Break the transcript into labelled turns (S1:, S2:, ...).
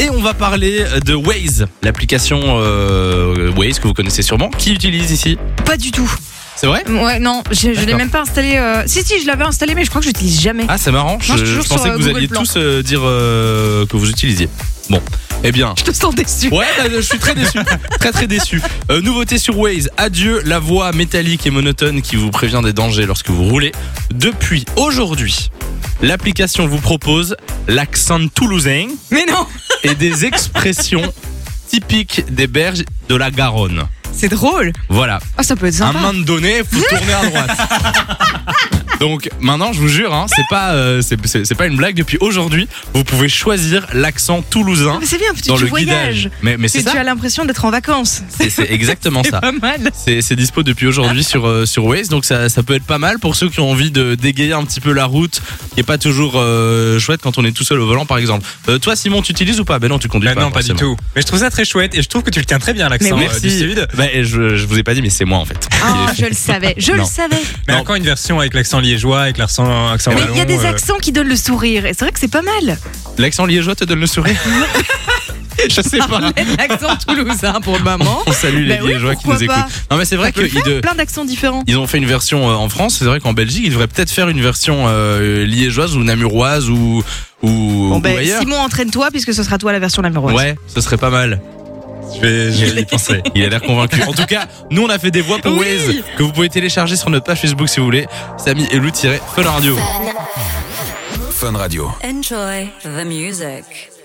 S1: Et on va parler de Waze, l'application euh, Waze que vous connaissez sûrement. Qui utilise ici
S2: Pas du tout.
S1: C'est vrai
S2: Ouais, non, je, je l'ai
S1: D'accord.
S2: même pas installé. euh, Si, si, je l'avais installé, mais je crois que je l'utilise jamais.
S1: Ah, c'est marrant.
S2: je suis toujours
S1: pensais
S2: sur,
S1: que
S2: euh,
S1: vous
S2: Google
S1: alliez
S2: Plan.
S1: tous euh, dire euh, que vous utilisiez. Bon, eh bien.
S2: Je te sens déçu.
S1: Ouais, bah, je suis très déçu. Très très déçu. Euh, nouveauté sur Waze, adieu la voix métallique et monotone qui vous prévient des dangers lorsque vous roulez. Depuis aujourd'hui, l'application vous propose l'accent toulousain
S2: Mais non,
S1: et des expressions typiques des berges de la Garonne.
S2: c'est drôle.
S1: Voilà,
S2: Ah, ça peut être
S1: à un
S2: sympa.
S1: moment donné, faut tourner à droite. Donc maintenant, je vous jure, hein, c'est pas, euh, c'est- c'est c'est pas une blague. Depuis aujourd'hui, vous pouvez choisir l'accent toulousain
S2: Mais Ah, c'est bien, tu,
S1: dans
S2: tu
S1: le
S2: voyages.
S1: guidage. Mais, mais
S2: Tu,
S1: c'est
S2: tu
S1: ça,
S2: as l'impression d'être en vacances.
S1: c'est c'est exactement ça.
S2: Pas mal.
S1: C'est c'est dispo depuis aujourd'hui sur, euh, sur Waze, donc ça, ça peut être pas mal pour ceux qui ont envie de dégayer un petit peu la route, qui est pas toujours euh, chouette quand on est tout seul au volant par exemple. Euh, toi Simon, tu utilises ou pas Ben non, tu conduis
S3: Bah
S1: pas.
S3: non, pas du
S1: forcément.
S3: tout. Mais je trouve ça très chouette et je trouve que tu le tiens très bien
S2: Mais
S3: l'accent
S2: oui.
S3: euh, du
S1: Merci.
S3: sud.
S1: Bah, et je, je vous ai pas dit, mais c'est moi en fait.
S2: Ah,
S1: Qui
S2: je
S1: est-
S2: le savais. Je
S1: Non.
S2: le savais.
S3: Mais
S1: Non.
S3: encore une version avec l'accent liégeois, avec l'accent accent
S2: Mais il y a
S3: wallon,
S2: des
S3: euh,
S2: accents qui donnent le sourire. Et c'est vrai que c'est pas mal.
S1: L'accent liégeois te donne le sourire Je sais pas.
S2: L'accent toulousain hein, pour le moment.
S1: On salue les
S2: Ben oui,
S1: liégeois qui nous
S2: pourquoi
S1: écoutent.
S2: pas.
S1: Non mais c'est vrai
S2: On peut le
S1: qu'ils
S2: faire, Plein d'accents différents.
S1: ils ont fait une version euh, en France. C'est vrai qu'en Belgique, ils devraient peut-être faire une version euh, liégeoise ou namuroise ou ou,
S2: Bon,
S1: ou
S2: ben,
S1: ailleurs.
S2: Simon, entraîne-toi, puisque ce sera toi la version numéro 1.
S1: Ouais, ce serait pas mal.
S3: Je vais, je vais y penser.
S1: Il a l'air convaincu. En tout cas, nous on a fait des voix pour
S2: Oui.
S1: Waze que vous pouvez télécharger sur notre page Facebook si vous voulez. Samy et Lou-Fun Radio.
S4: Enjoy the music.